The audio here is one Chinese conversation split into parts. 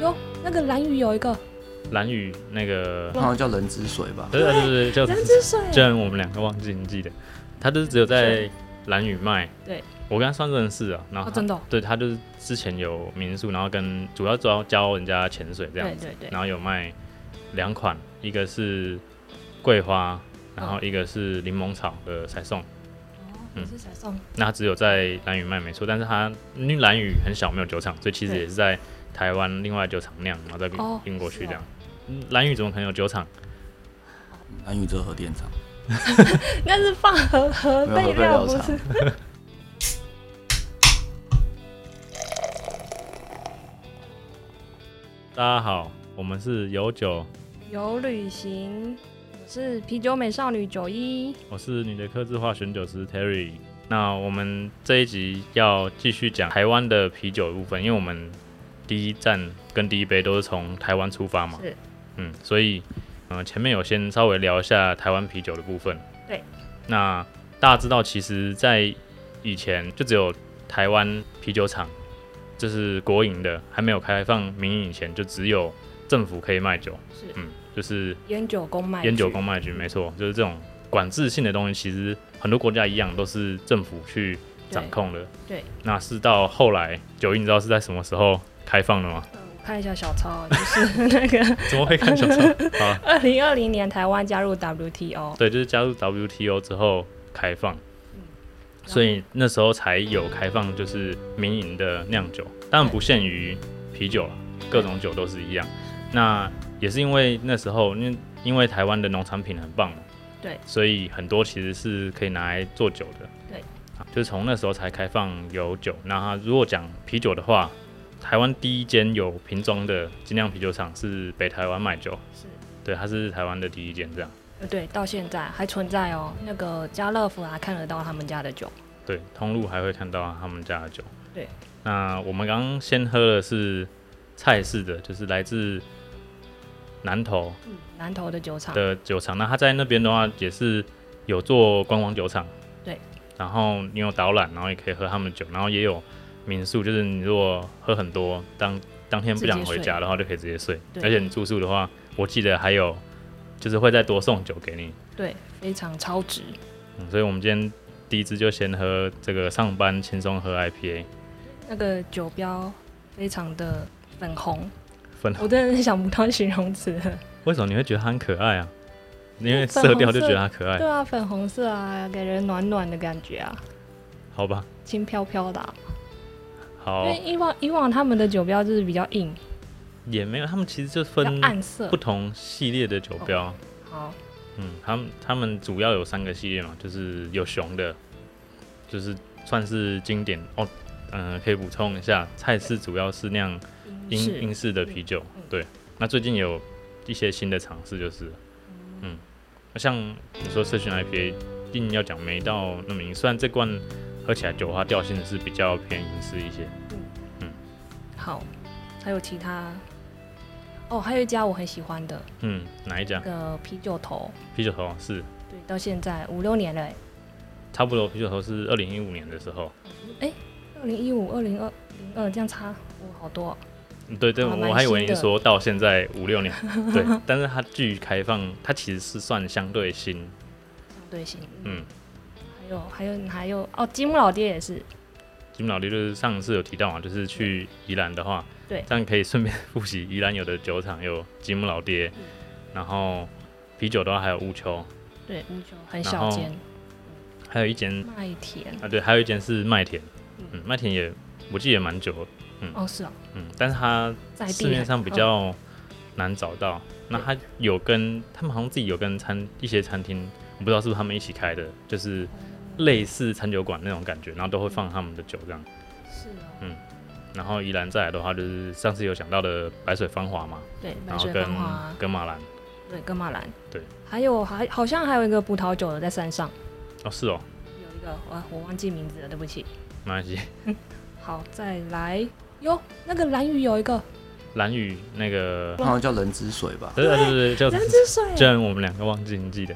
有那个蓝雨有一哦个蓝雨那个，哇好像叫人之水吧。对对对，叫蓝之水，虽然我们两个忘记你记得，他就是只有在蓝雨卖。对，我跟他算认识啊，然后哦，他、真的哦，对他就是之前有民宿，然后跟主要教教人家潜水这样对子，对对，然后有卖两款，一个是桂花，然后一个是柠檬草的才送。哦，嗯你是谁送？那他只有在蓝屿卖没错，但是他因为蓝屿很小，没有酒厂，所以其实对也是在台湾另外酒厂酿，然后再运哦运过去是哦这样。嗯蓝屿怎么可能有酒厂？南宇这核电厂，那是放核核没备有核废料，料不厂是？大家好，我们是有酒，有旅行，我是啤酒美少女九一，我是你的客制化选酒师 Terry。那我们这一集要继续讲台湾的啤酒的部分，因为我们第一站跟第一杯都是从台湾出发嘛，是，嗯，所以嗯、呃前面有先稍微聊一下台湾啤酒的部分。对，那大家知道，其实，在以前就只有台湾啤酒厂，就是国营的，还没有开放民营以前，就只有政府可以卖酒，是嗯，就是烟酒公卖，烟酒公，卖局，没错，就是这种管制性的东西，其实很多国家一样都是政府去掌控的。对对那是到后来九一，你知道是在什么时候开放的吗？ 嗯我看一下小抄，就是 那个怎么会看小说？好啊，二零二零年台湾加入 WTO，对，就是加入 WTO 之后开放，嗯所以那时候才有开放，就是民营的酿酒，当然不限于啤酒了，各种酒都是一样。那也是因为那时候，因为因为台湾的农产品很棒嘛，对，所以很多其实是可以拿来做酒的，对啊，就是从那时候才开放有酒。那它如果讲啤酒的话，台湾第一间有瓶装的精酿啤酒厂是北台湾卖酒，是。对，它是台湾的第一间这样。呃，对，到现在还存在哦。那个家乐福还看得到他们家的酒，对，通路还会看到他们家的酒。对，那我们刚刚先喝的是蔡氏的，就是来自南投嗯，南投的酒厂，的酒厂。那他在那边的话，也是有做观光酒厂。对，然后你有导览，然后也可以喝他们的酒，然后也有民宿，就是你如果喝很多，当当天不想回直接家的话，就可以直接睡。对而且你住宿的话，我记得还有就是会再多送酒给你。对，非常超值。嗯所以我们今天第一支就先喝这个上班轻松喝 IPA。那个酒标非常的粉红，分我真的是想不到形容词。为什么你会觉得它很可爱啊？因为粉红色调就色觉得它可爱对，啊，粉红色啊，给人暖暖的感觉啊，好吧？轻飘飘的啊、好哦因，为以往以往他们的酒标就是比较硬，也没有，他们其实就比分较暗色不。同系列的酒标。好，嗯，他们他们主要有三个系列嘛，就是有熊的，就是算是经典哦。嗯、可以补充一下，菜式主要是酿英英式英式的啤酒嗯，对。那最近有一些新的尝试，就是，嗯，那像你说社群 IPA，硬要讲没到那么硬，虽然这罐喝起来酒花调性是比较偏英式一些，好，还有其他。哦，还有一家我很喜欢的，嗯，哪一家那？个啤酒头，啤酒头啊是对，到现在五六年了欸，差不多，啤酒头是二零一五年的时候，二零一五、二零二零二这样差我好多哦、嗯对对，哦蛮我还以为新你的说到现在五 六年，对，但是它据开放，它其实是算相对新，相对性。嗯，还有还有还有哦，积木老爹也是，吉姆老爹就是上次有提到嘛，就是去宜兰的话，对这样可以顺便复习宜兰有的酒厂有吉姆老爹，嗯然后啤酒的话还有乌丘，对，乌球很然小后间，还有一间麦田。啊对，还有一间是麦田嗯，嗯，麦田也我记得也蛮久了，哦，是哦，嗯，但是它在地啊哦市面上很嗯比较难找到，那它有跟他们好像自己有跟餐一些餐厅，我不知道是不是他们一起开的，哦就是类似餐酒馆那种感觉，然后都会放他们的酒这样。嗯是哦，然后宜兰再来的话，就是上次有讲到的白水芳华嘛，对，白然后水跟芳华，啊跟马兰。对，跟马兰，对，还有还好像还有一个葡萄酒的在山上，哦，是哦，有一个我我忘记名字了，对不起。没关系。好，再来哟，那个蓝屿有一哦个蓝屿那个，呃好像叫人之水吧。对对对对，叫蓝之水，虽然我们两个忘记，你记得，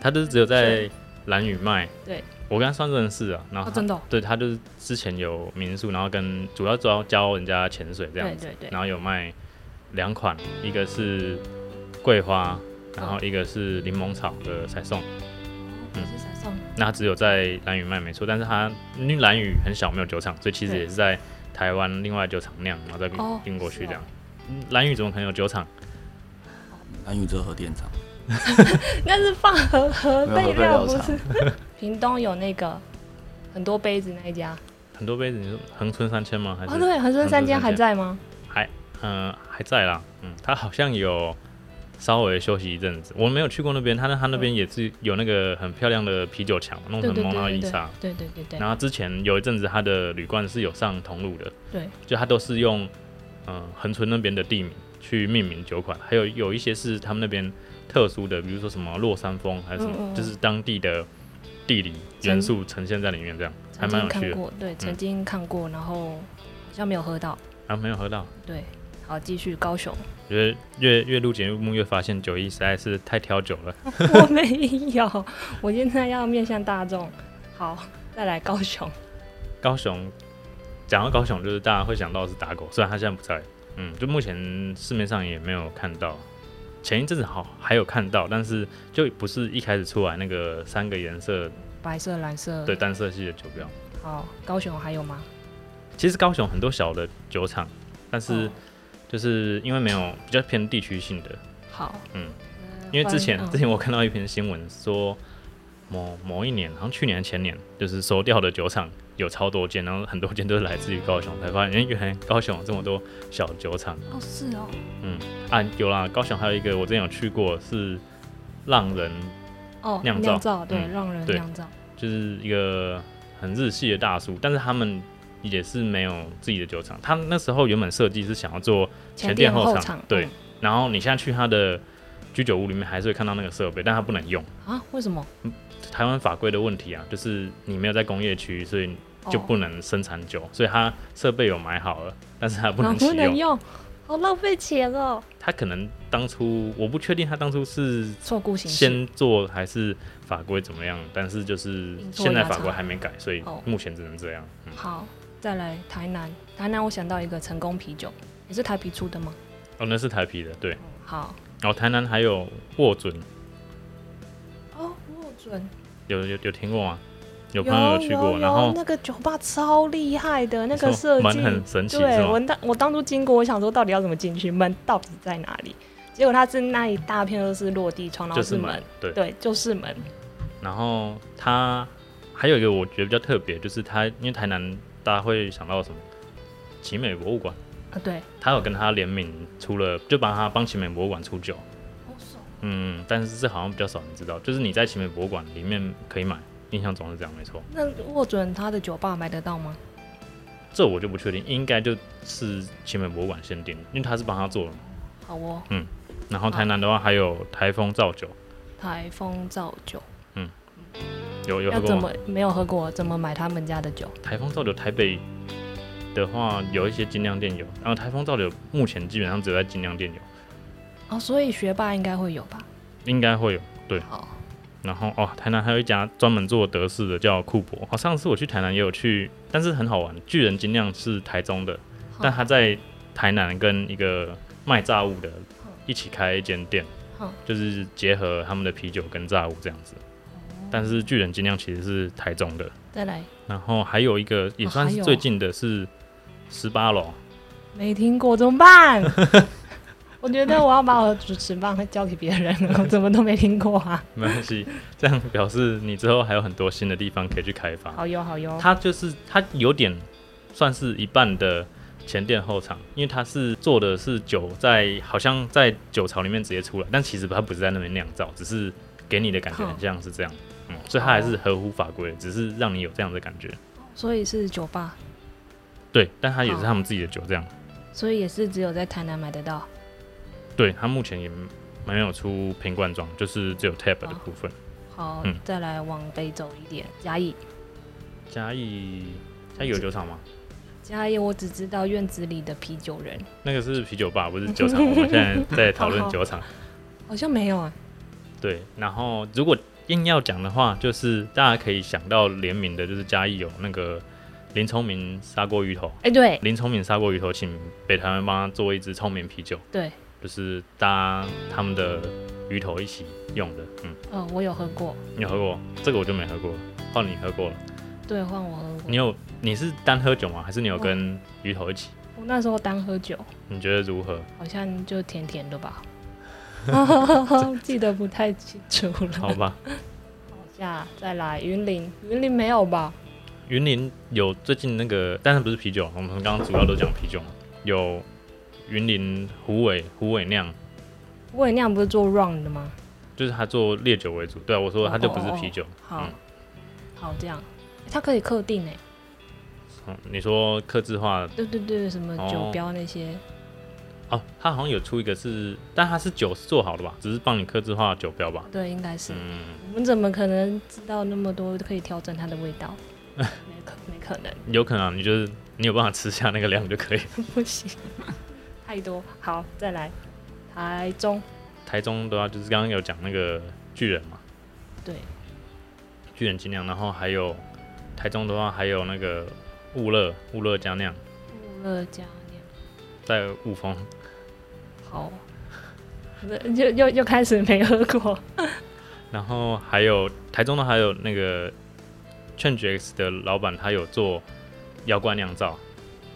他就是只有在蓝屿卖。对，我跟他算认识啊，然后哦，他真的哦，对他就是之前有民宿，然后跟主要主要教人家潜水这样对子，对对，然后有卖两款，一个是桂花，然后一个是柠檬草的才送。嗯，是才送。那它只有在蓝屿卖没错，但是它因为蓝屿很小，没有酒厂，所以其实对也是在台湾另外酒厂酿，然后再运哦运过去是这哦样。嗯蓝屿怎么可能有酒厂？南宇这核电厂，那是放核核没有呃备核备料，料不厂是。屏东有那个很多杯子那一家，很多杯子，你说恒春三千吗？还哦，是对，恒春三间还在吗？还嗯、还在啦？嗯，它好像有稍微休息一阵子。我没有去过那边，它那它那边也是有那个很漂亮的啤酒墙，弄对嗯成对蒙娜对丽对莎。对对对对然后之前有一阵子，它的旅馆是有上同路的，对，就它都是用嗯恒春那边的地名去命名酒款，还有有一些是他们那边特殊的，比如说什么落山风还是什么，嗯嗯嗯就是当地的地理元素呈现在里面，这样还曾蛮经看有趣的。嗯过，对，曾经看过，然后好像没有喝到，啊，没有喝到，对。好，继续高雄，觉得越越录节目越发现九一实在是太挑酒了。 我没有，我现在要面向大众。好，再来高雄，高雄，讲到高雄，就是大家会想到是打狗，虽然它现在不在，嗯，就目前市面上也没有看到。前一阵子好还有看到，但是就不是一开始出来那个三个颜色白色、蓝色，对，单色系的酒标。好，高雄还有吗？其实高雄很多小的酒厂，但是哦就是因为没有比较偏地区性的，好，嗯呃，因为之前欢迎之前我看到一篇新闻说，某某一年，好像去年前年，就是收掉的酒厂有超多间，然后很多间都是来自于高雄，才发现诶哎原来高雄有这么多小酒厂哦，是哦，啊，有啦，高雄还有一个我之前有去过，是浪人，哦，酿造酿造，对，嗯让人对酿造，就是一个很日系的大叔，但是他们也是没有自己的酒厂，他那时候原本设计是想要做前店店后厂厂，嗯对然后你现在去他的居酒屋里面，还是会看到那个设备，但它不能用。嗯啊，为什么？台湾法规的问题啊，就是你没有在工业区，所以哦就不能生产酒，所以它设备有买好了，但是它不能啊使不能用。用，好浪费钱哦，它可能当初我不确定它当初是错顾形式，先做还是法规怎么样，但是就是引咎现在压法规榨还没改，所以哦目前只能这样。嗯，好，再来台南，台南我想到一个成功啤酒，也是台啤出的吗？哦，那是台啤的，对。好，然后台南还有沃准，哦，握准，有有有听过吗？有朋友有去过，有然后那个酒吧超厉害的，那个你说设门计很神奇是对吗我？当我当初经过，我想说到底要怎么进去，门到底在哪里？结果它是那一大片都是落地窗，然后就是门门，，对。对，就是门，然后它还有一个我觉得比较特别，就是它因为台南大家会想到什么奇美博物馆，啊，对，它有跟它联名出了，就把它帮奇美博物馆出酒。嗯，但是这好像比较少人知道，就是你在奇美博物馆里面可以买，印象中是这样，没错。那握准他的酒吧买得到吗？这我就不确定，应该就是奇美博物馆限定，因为它是帮他做的嘛。好哦，然后台南的话还有台风造酒，台风造酒有有要喝过怎吗么？没有喝过，怎么买他们家的酒？台风造酒台北的话，有一些精酿店有，然后台风造酒目前基本上只有在精酿店有，哦，所以学霸应该会有吧？应该会有。好，然后哦，台南还有一家专门做德式的叫库博。哦，上次我去台南也有去，但是很好玩。巨人精酿是台中的，但他在台南跟一个卖炸物的一起开一间店好，就是结合他们的啤酒跟炸物这样子。哦但是巨人精酿其实是台中的，再来，然后还有一个也哦算还是有最近的是十八楼，没听过怎么 办？我觉得我要把我的主持棒交给别人了，我怎么都没听过啊。没关 系，这样表示你之后还有很多新的地方可以去开发。好哟好哟，它就是它有点算是一半的前店后厂，因为它是做的是酒在好像在酒槽里面直接出来，但其实它不是在那边酿造，只是给你的感觉哼很像是这样，嗯，所以它还是合乎法规，只是让你有这样的感觉。所以是酒吧，对，但它也是好他们自己的酒，这样。所以也是只有在台南买得到。对，它目前也没有出瓶罐装，就是只有 tap 的好部分。好，嗯再来往北走一点，嘉义。嘉义，嘉义有酒厂吗？嗯嘉义，我只知道院子里的啤酒人，那个是啤酒吧，不是酒 厂。我们现在在讨好论好酒厂。好像没有啊。对，然后如果硬要讲的话，就是大家可以想到联名的，就是嘉义有那个林聪明砂锅鱼头，哎、对林聪明砂锅鱼头，请北台湾帮他做一支聪明啤酒，对，就是搭他们的鱼头一起用的。嗯，嗯、我有喝过，你有喝过？这个我就没喝过了，换你喝过了。对，换我喝过你。有你是单喝酒吗？还是你有跟鱼头一起？我那时候单喝酒，你觉得如何？好像就甜甜的 吧，记得不太清楚了。好吧，下再来云林，云林没有吧？云林有最近那个，但是不是啤酒，我们刚刚主要都讲啤酒嘛。有云林虎尾虎尾酿，我也那样不是做 round 的吗？就是他做烈酒为主。对、啊，我说他就不是啤酒。哦好，嗯好这样，它可以客定哎，嗯，你说克制化对对对，什么酒哦标那些，哦，他好像有出一个是，但他是酒是做好的吧，只是帮你克制化酒标吧。对，应该是。嗯，我们怎么可能知道那么多可以调整它的味道？没可没可能，有可能、啊、你就是你有办法吃下那个量就可以。 不行，太多。好，再来台中，台中的话，就是刚刚有讲那个巨人嘛，对，巨人精酿，然后还有台中的话，还有那个雾乐雾乐佳酿，富乐嘉酿，在雾峰，好，又又又开始没喝过，然后还有台中的还有那个劝爵 X 的老板，他有做妖怪酿造，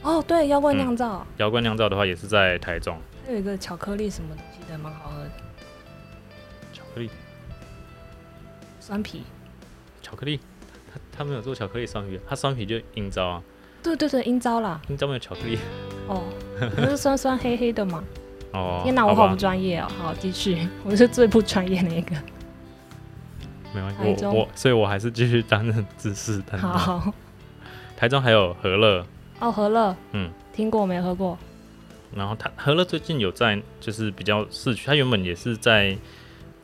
哦，对，妖怪嗯酿造，妖怪酿造的话也是在台中，它有一个巧克力什么东西的，蛮好喝的，巧克力酸皮。巧克力，他他没有做巧克力酸啤，他酸啤就应招啊，对对对，英招啦。应招没有巧克力。哦，不是酸酸黑黑的嘛？ 哦，天哪，我好吧不专业哦。好，继续，我是最不专业的一个。没关台系，我中我所以我还是继续担任知识担当。好，台中还有和乐，哦，和乐，嗯，听过没喝过？然后他和乐最近有在就是比较市区，他原本也是在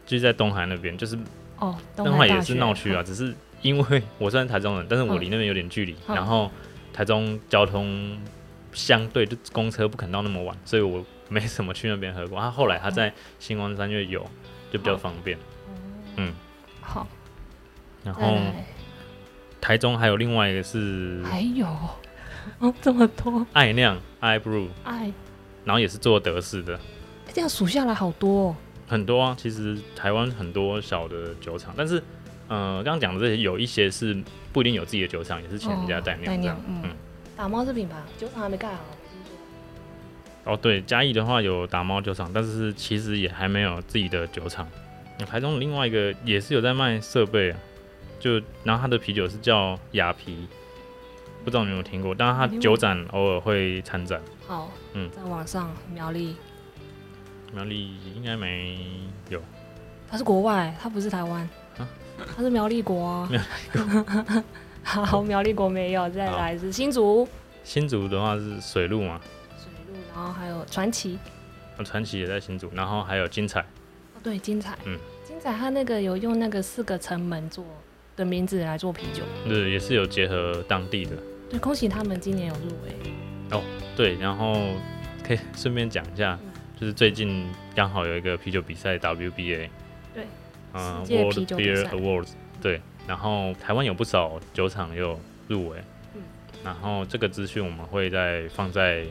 就是在东海那边，就是哦，东东海海也大是学哦闹区啊，只是因为我虽然台中人，但是我嗯离那边有点距离，嗯然后台中交通相对就公车不肯到那么晚，所以我没什么去那边喝过。啊他后来嗯他在星光三月有就比较方便，嗯，好，然再后来，台中还有另外一个是还有哦，这么多爱酿 i brew。哎，然后也是做德式的，这样数下来好多哦。很多啊。其实台湾很多小的酒厂，但是呃，刚刚讲的这些有一些是不一定有自己的酒厂，也是请人家代哦代酿酿这样。嗯嗯，打猫是品牌，酒厂还没盖好。哦对，嘉义的话有打猫酒厂，但是其实也还没有自己的酒厂。嗯台中另外一个也是有在卖设备啊，就然后它的啤酒是叫雅啤，不知道你有没有听过，但是它没有酒展偶尔会参展，好，嗯在网上苗栗，苗栗应该没有。它是国外，它不是台湾啊，它是苗栗国 啊。苗栗国，好，苗栗国没有。再来是新竹新竹的话是水路嘛，水路，然后还有传奇，呃传奇也在新竹，然后还有精彩。哦对，精彩，嗯，精彩，它那个有用那个四个城门做的名字来做啤酒。对，也是有结合当地的。对，恭喜他们今年有入围。对，然后可以顺便讲一下嗯，就是最近刚好有一个啤酒比赛 WBA，对，嗯、世 w 界 o r l 啤 d 酒比 Beer 赛 Awards，对，然后台湾有不少酒厂也有入围，嗯然后这个资讯我们会再放在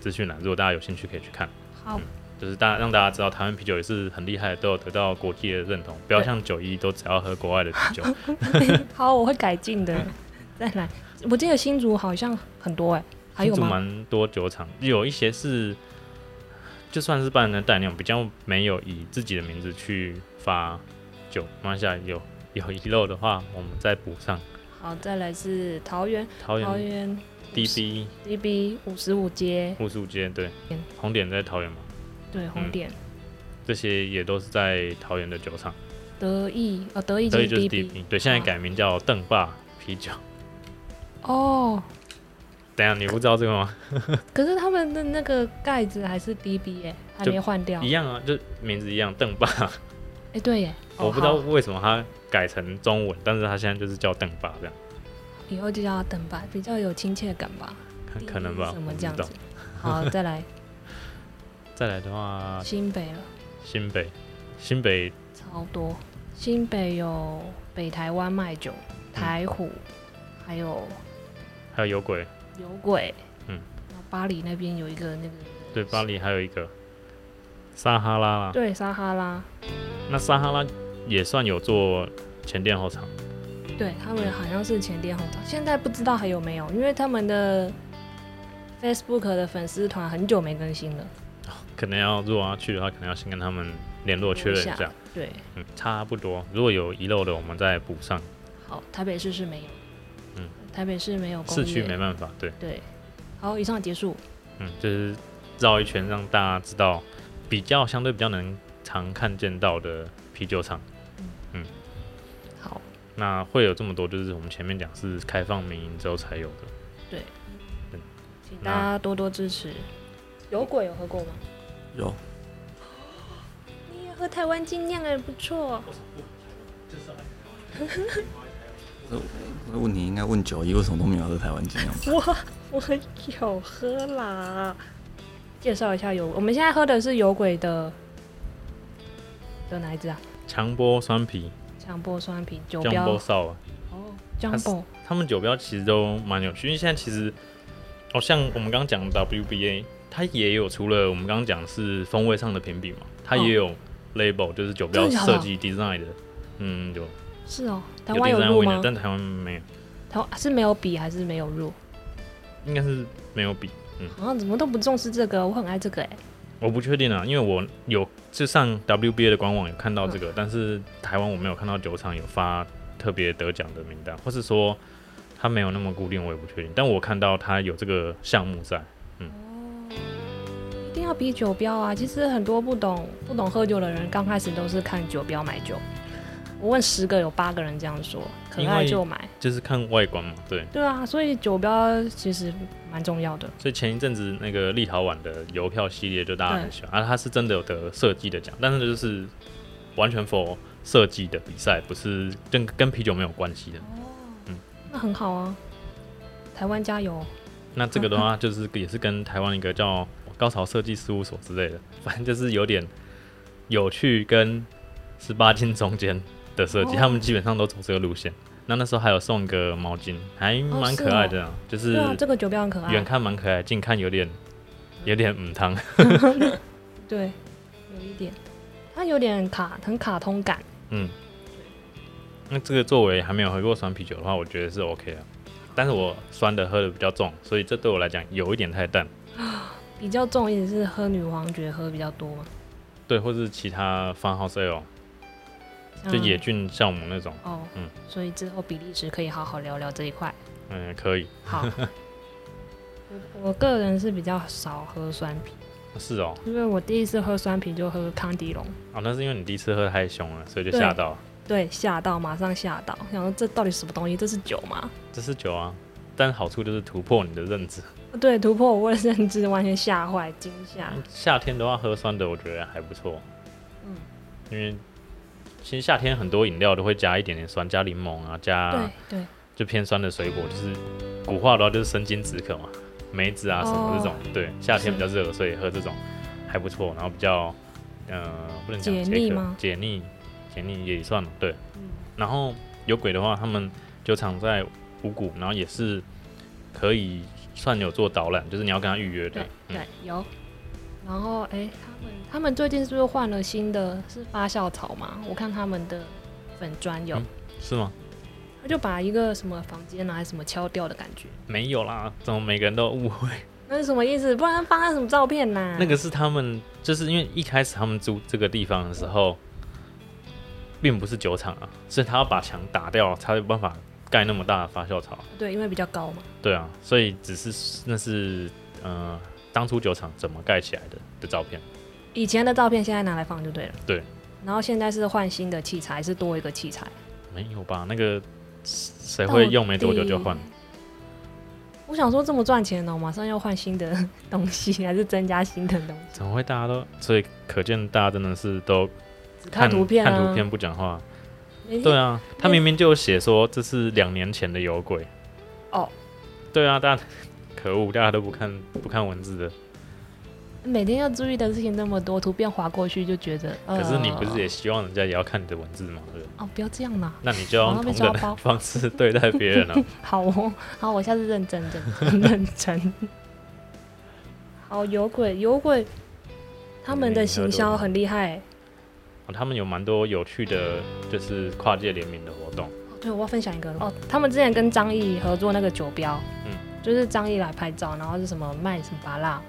资讯栏，如果大家有兴趣可以去看。好，就是大家让大家知道，台湾啤酒也是很厉害的，都有得到国际的认同。不要对像九一都只要喝国外的啤酒。好，我会改进的。 再来，我记得新竹好像很多哎、还有新竹吗？蛮多酒厂，有一些是就算是办的代酿，比较没有以自己的名字去发酒。马来西亚有有遗漏的话，我们再补上。好，再来是桃园，桃桃园园 DB DB 五十五街，木树街，对，嗯红点在桃园嘛，嗯对，红点、这些也都是在桃园的酒厂，德意，哦，德意所以是就是 DB， DB。对，现在好改名叫邓爸啤酒。哦，等一下你不知道这个吗？可是他们的那个盖子还是 DB 哎、还就没换掉。一哎、样啊，就名字一样，邓爸。对耶，哦我不知道好为什么他改成中文，但是他现在就是叫邓爸这样。以后就叫他等吧，比较有亲切感吧。可可能吧怎么我不这样知道子？ 好，再 来再来的话，新北了，新北，新北超多。嗯新北有北台湾卖酒、台虎，还有还有有轨，有轨，嗯，然后巴黎那边有一个那个，对，巴黎还有一个撒哈拉啦。对，撒哈拉，那撒哈拉也算有做前店后厂，对他们好像是前店后厂，现在不知道还有没有，因为他们的 Facebook 的粉丝团很久没更新了。可能要如果要去的话，可能要先跟他们联络确认一下。对，嗯，差不多。如果有遗漏的，我们再补上。好，台北市是没有，嗯，台北市没有工业市区没办法，对，对。好，以上结束。嗯，就是绕一圈让大家知道比较相对比较能常看见到的啤酒厂。好，那会有这么多，就是我们前面讲是开放民营之后才有的。请那大家多多支持。有鬼有喝过吗？有你也喝台湾精酿哎，不错。这问题应该问九一为什么都没有喝台湾精酿？我有喝啦。介绍一下有，我们现在喝的是有鬼的的哪一支啊？强波酸啤、强波酸啤酒江波标少啊，哦它是，Jumbo 他们酒标其实都蛮有趣，因为现在其实，哦，像我们刚刚讲的 WBA，它也有除了我们刚刚讲是风味上的评比嘛，它也有 label，、就是酒标哦真的假的设计 design 的，嗯，有是哦，台有湾有 design 入 winner，吗？但台湾没有，台湾是没有比还是没有入？应该是没有比，好像怎么都不重视这个，我很爱这个哎、我不确定啊，因为我有就上 WBA 的官网有看到嗯这个，但是台湾我没有看到酒厂有发特别得奖的名单，或是说它没有那么固定，我也不确定。但我看到它有这个项目在，一定要比酒标啊！其实很多不懂不懂喝酒的人，刚开始都是看酒标买酒。我问十个，有八个人这样说，可因爱为就买。就是看外观嘛，对。对啊，所以酒标其实蛮重要的。所以前一阵子那个立陶宛的邮票系列就大家很喜欢，啊，它是真的有得设计的奖，但是就是完全 for 设计的比赛，不是跟跟啤酒没有关系的。那很好啊，台湾加油！那这个的话，就是也是跟台湾一个叫高潮设计事务所之类的， 反正就是有点有趣跟十八禁中间的设计，哦他们基本上都走这个路线。那那时候还有送一个毛巾，还蛮可爱的、啊，就是哦对啊，这个酒标很可远爱。看蛮可爱，近看有点有点母汤。对，有一点，它有点卡，很卡通感。那这个作为还没有喝过酸啤酒的话，我觉得是 OK 的。但是我酸的喝的比较重，所以这对我来讲有一点太淡。比较重一点是喝女王觉喝比较多嘛，对，或是其他 Funhouse Ale，像就野菌酵母那种，哦，嗯所以之后比利时可以好好聊聊这一块。嗯，可以。好，我我个人是比较少喝酸啤，是哦，因为我第一次喝酸啤就喝康迪龙，啊，那是因为你第一次喝太凶了，所以就对吓到了。对，吓到，马上吓到，想说这到底什么东西？这是酒吗？这是酒啊，但好处就是突破你的认知。对，突破我的认知，完全吓坏，惊吓。夏天的话，喝酸的我觉得还不错。嗯，因为其实夏天很多饮料都会加一点点酸，加柠檬啊，加对对，就偏酸的水果，就是古话的话就是生津止渴嘛，梅子啊什么这种。哦对，夏天比较热，所以喝这种还不错，然后比较呃不能讲解解腻渴吗嗯解腻，解腻也算了。对，然后有鬼的话，他们酒厂在五谷，然后也是可以算有做导览，就是你要跟他预约的对。嗯，对有。然后哎、他们他们最近是不是换了新的？是发酵草吗？我看他们的粉砖有，嗯是吗？他就把一个什么房间拿来什么敲掉的感觉，没有啦，怎么每个人都误会？那是什么意思？不然放在什么照片呐、那个是他们，就是因为一开始他们租这个地方的时候，并不是酒厂啊，所以他要把墙打掉，才有办法盖那么大的发酵槽。对，因为比较高嘛。对啊，所以只是那是呃当初酒厂怎么盖起来的的照片。以前的照片现在拿来放就对了。对。然后现在是换新的器材，是多一个器材。没有吧？那个谁会用没多久就换？我想说这么赚钱呢、哦我马上要换新的东西，还是增加新的东西？怎么会大家都？所以可见大家真的是都只看图片啊，看图片不讲话。 每天对啊，他明明就有写说这是两年前的有鬼。哦。 对啊，大家可恶，大家都不看不看文字的。每天要注意的事情那么多，图片划过去就觉得。呃、可是你不是也希望人家也要看你的文字吗？对不对哦，不要这样啦。那你就要我要用被同抓等包的方式对待别人啊。 好哦，好，我下次认真认 认真。好，有鬼有鬼，他们的行销很厉害、哦他们有蛮多有趣的，就是跨界联名的活动。哦对，我要分享一个哦，他们之前跟张译合作那个酒标，嗯就是张译来拍照，然后是什么卖什么芭辣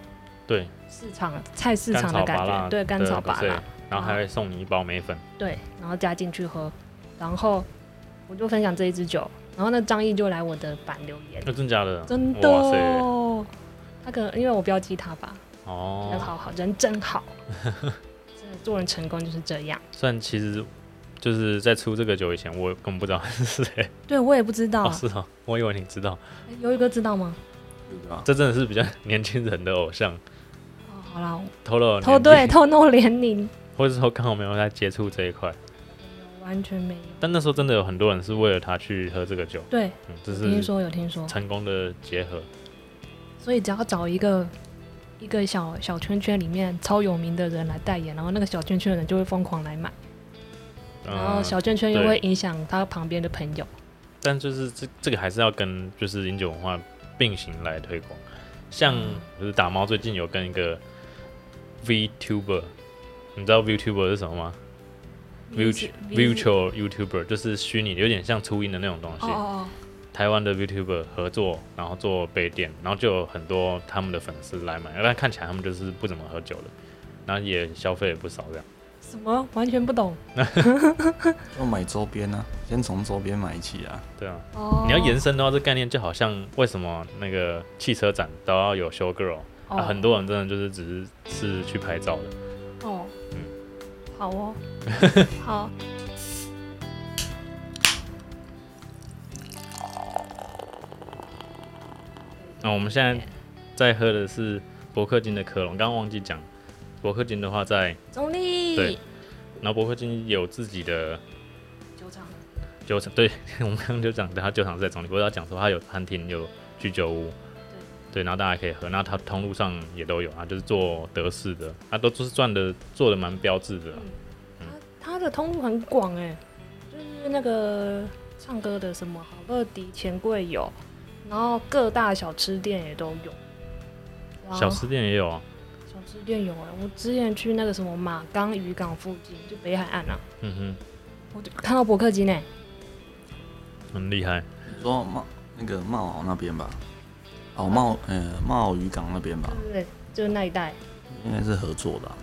对，市场菜市甘场的草感拔觉，辣，对，甘草芭对辣，，然后还会送你一包梅粉。对，然后加进去喝，然后我就分享这一支酒，然后那张译就来我的版留言，那哦真假的？嗯真的呃哇塞！哦，他可能因为我标记他吧，人哦，好好，人真 好，真的做人成功就是这样。虽然其实就是在出这个酒以前，我根本不知道他是谁。对我也不知道，哦，是哦，我以为你知道，有一个知道吗？对啊吧？这真的是比较年轻人的偶像， 哦，好啦，偷了我偷年纪对，偷弄年龄，或者说刚好没有在接触这一块。完全没有。但那时候真的有很多人是为了他去喝这个酒，对，嗯，这听是说有听说，成功的结合。所以只要找一个一个小小圈圈里面超有名的人来代言，然后那个小圈圈的人就会疯狂来买，然后嗯小圈圈又对会影响他旁边的朋友。但就是这这个还是要跟就是饮酒文化并行来推广。像嗯就是打猫最近有跟一个 VTuber，你知道 VTuber 是什么吗 Vs- ？Virtu-？Virtual YouTuber 就是虚拟的，有点像初音的那种东西。哦哦台湾的 VTuber 合作，然后做杯垫，然后就有很多他们的粉丝来买，但看起来他们就是不怎么喝酒的，然后也消费也不少这样。哦，什么完全不懂要买周边啊，先从周边买起啊。对啊，哦。你要延伸的话，这概念就好像为什么那个汽车展都要有 show girl。哦啊，很多人真的就是只是是去拍照的。哦，嗯好 哦，好。那、我们现在在喝的是伯克金的科隆，刚刚忘记讲，伯克金的话在，中立对然后伯克金有自己的酒厂酒厂，对 我们刚刚就讲他酒厂是在总理，不过他讲说他有餐厅有居酒屋。对，然后大家可以喝，那他通路上也都有啊，就是做德式的，他都就是赚的做的蛮标志的啊，它的通路很广哎、就是那个唱歌的什么好乐迪、钱柜有，然后各大小吃店也都有。哇小吃店也有啊，小吃店有哎、我之前去那个什么马冈渔港附近，就北海岸啊，嗯哼，我就看到伯克金哎、很厉害。你说茂那个茂濠那边吧，哦茂呃茂濠渔港那边吧，对不对？就是那一带，应该是合作的啊、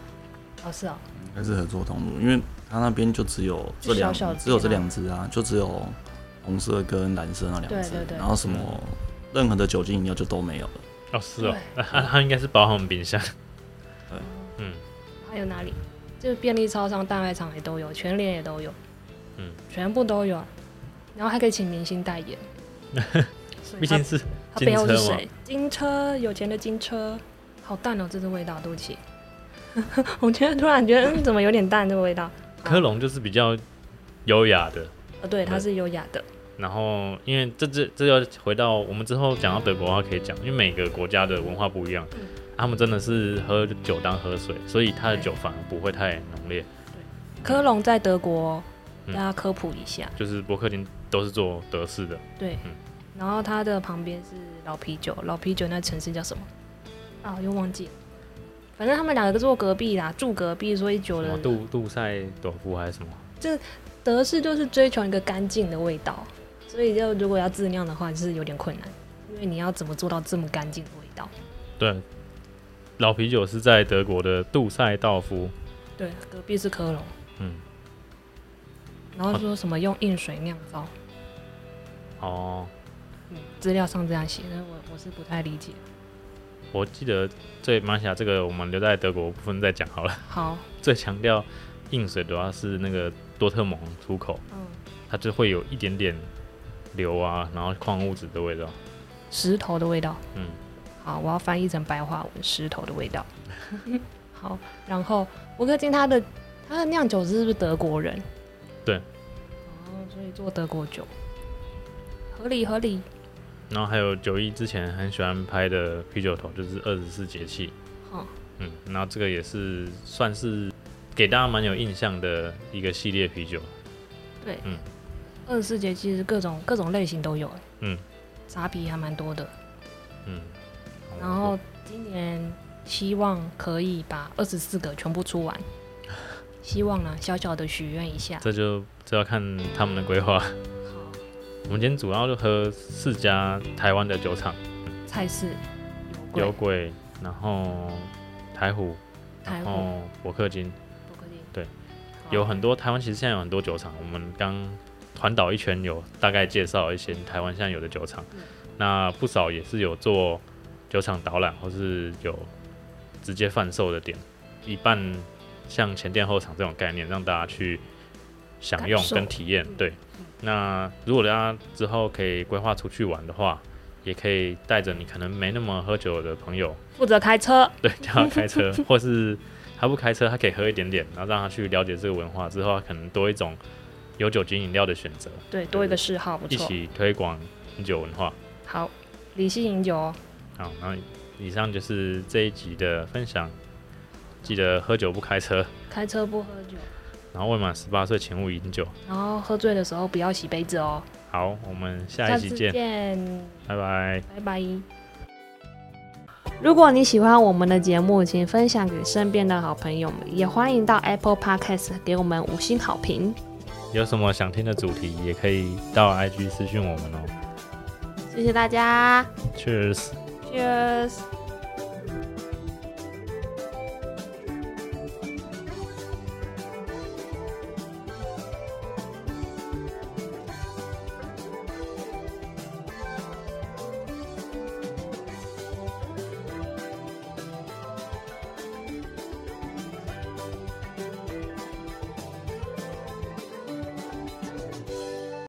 哦是哦，应该是合作通路，因为他那边就只有这两就小小只啊只有这两只啊，就只有红色跟蓝色那两只对对，对嗯然后什么任何的酒精饮料就都没有了。哦，是哦对，那他他应该是包含冰箱，嗯，还有哪里？就是便利超商、大卖场也都有，全联也都有，嗯，全部都有。然后还可以请明星代言，所以 嗯毕他竟是他金背车后是嘛，谁？金车，有钱的金车，好淡哦，这个味道，对不起。 我觉得突然觉得，嗯，怎么有点淡这个味道？科隆就是比较优雅的，呃，对，它是优雅的，然后因为这这这要回到我们之后讲到德国的话可以讲，因为每个国家的文化不一样，啊嗯他们真的是喝酒当喝水，所以他的酒反而不会太浓烈。科隆在德国，大嗯家科普一下，就是伯克林都是做德式的，对嗯。然后它的旁边是老啤酒，老啤酒那城市叫什么？啊，又忘记了。反正他们两个住隔壁啦，住隔壁，所以久什了么杜杜塞朵夫还是什么，德式就是追求一个干净的味道，所以就如果要自酿的话，就是有点困难，因为你要怎么做到这么干净的味道？对，老啤酒是在德国的杜塞道夫，对，隔壁是科隆，嗯，然后说什么用硬水酿造，哦，嗯，资料上这样写，但我我是不太理解。我记得最马来西亚这个我们留在德国部分再讲好了。好，最强调硬水主要是那个多特蒙出口，嗯，它就会有一点点硫啊，然后矿物质的味道。石头的味道，嗯，好，我要翻译成白话文，石头的味道。 好，然后伯克金他的他的酿酒师是不是德国人？对哦，所以做德国酒，合理合理。然后还有九一之前很喜欢拍的啤酒头，就是二十四节气，好，嗯，然后这个也是算是给大家蛮有印象的一个系列啤酒。对，嗯二十四节其实各种各种类型都有、欸，嗯，杂啤还蛮多的。嗯，然后今年希望可以把二十四个全部出完，希望啦，小小的许愿一下。这就这要看他们的规划。我们今天主要就喝四家台湾的酒厂，菜市有有鬼鬼，然后台虎，台然虎后伯克金，伯克利哦对，好有很多台湾其实现在有很多酒厂，我们刚环岛一圈有大概介绍一些台湾现在有的酒厂嗯，那不少也是有做酒厂导览或是有直接贩售的点，一半像前店后厂这种概念，让大家去享用感受跟体验嗯。对，那如果大家之后可以规划出去玩的话，也可以带着你可能没那么喝酒的朋友，负责开车， 对，叫他开车，或是他不开车，他可以喝一点点，然后让他去了解这个文化之后，他可能多一种有酒精饮料的选择，对，多一个嗜好不一错。起推广饮酒文化。好，理性饮酒哦，好，然后以上就是这一集的分享，记得喝酒不开车，开车不喝酒，然后未满十八岁请勿饮酒。然后喝醉的时候不要洗杯子哦。好，我们下下一集次见，见。拜拜。拜拜。如果你喜欢我们的节目，请分享给身边的好朋友们，也欢迎到 Apple Podcast 给我们五星好评。有什么想听的主题，也可以到 IG 私讯我们哦。谢谢大家 Cheers。 ，Cheers。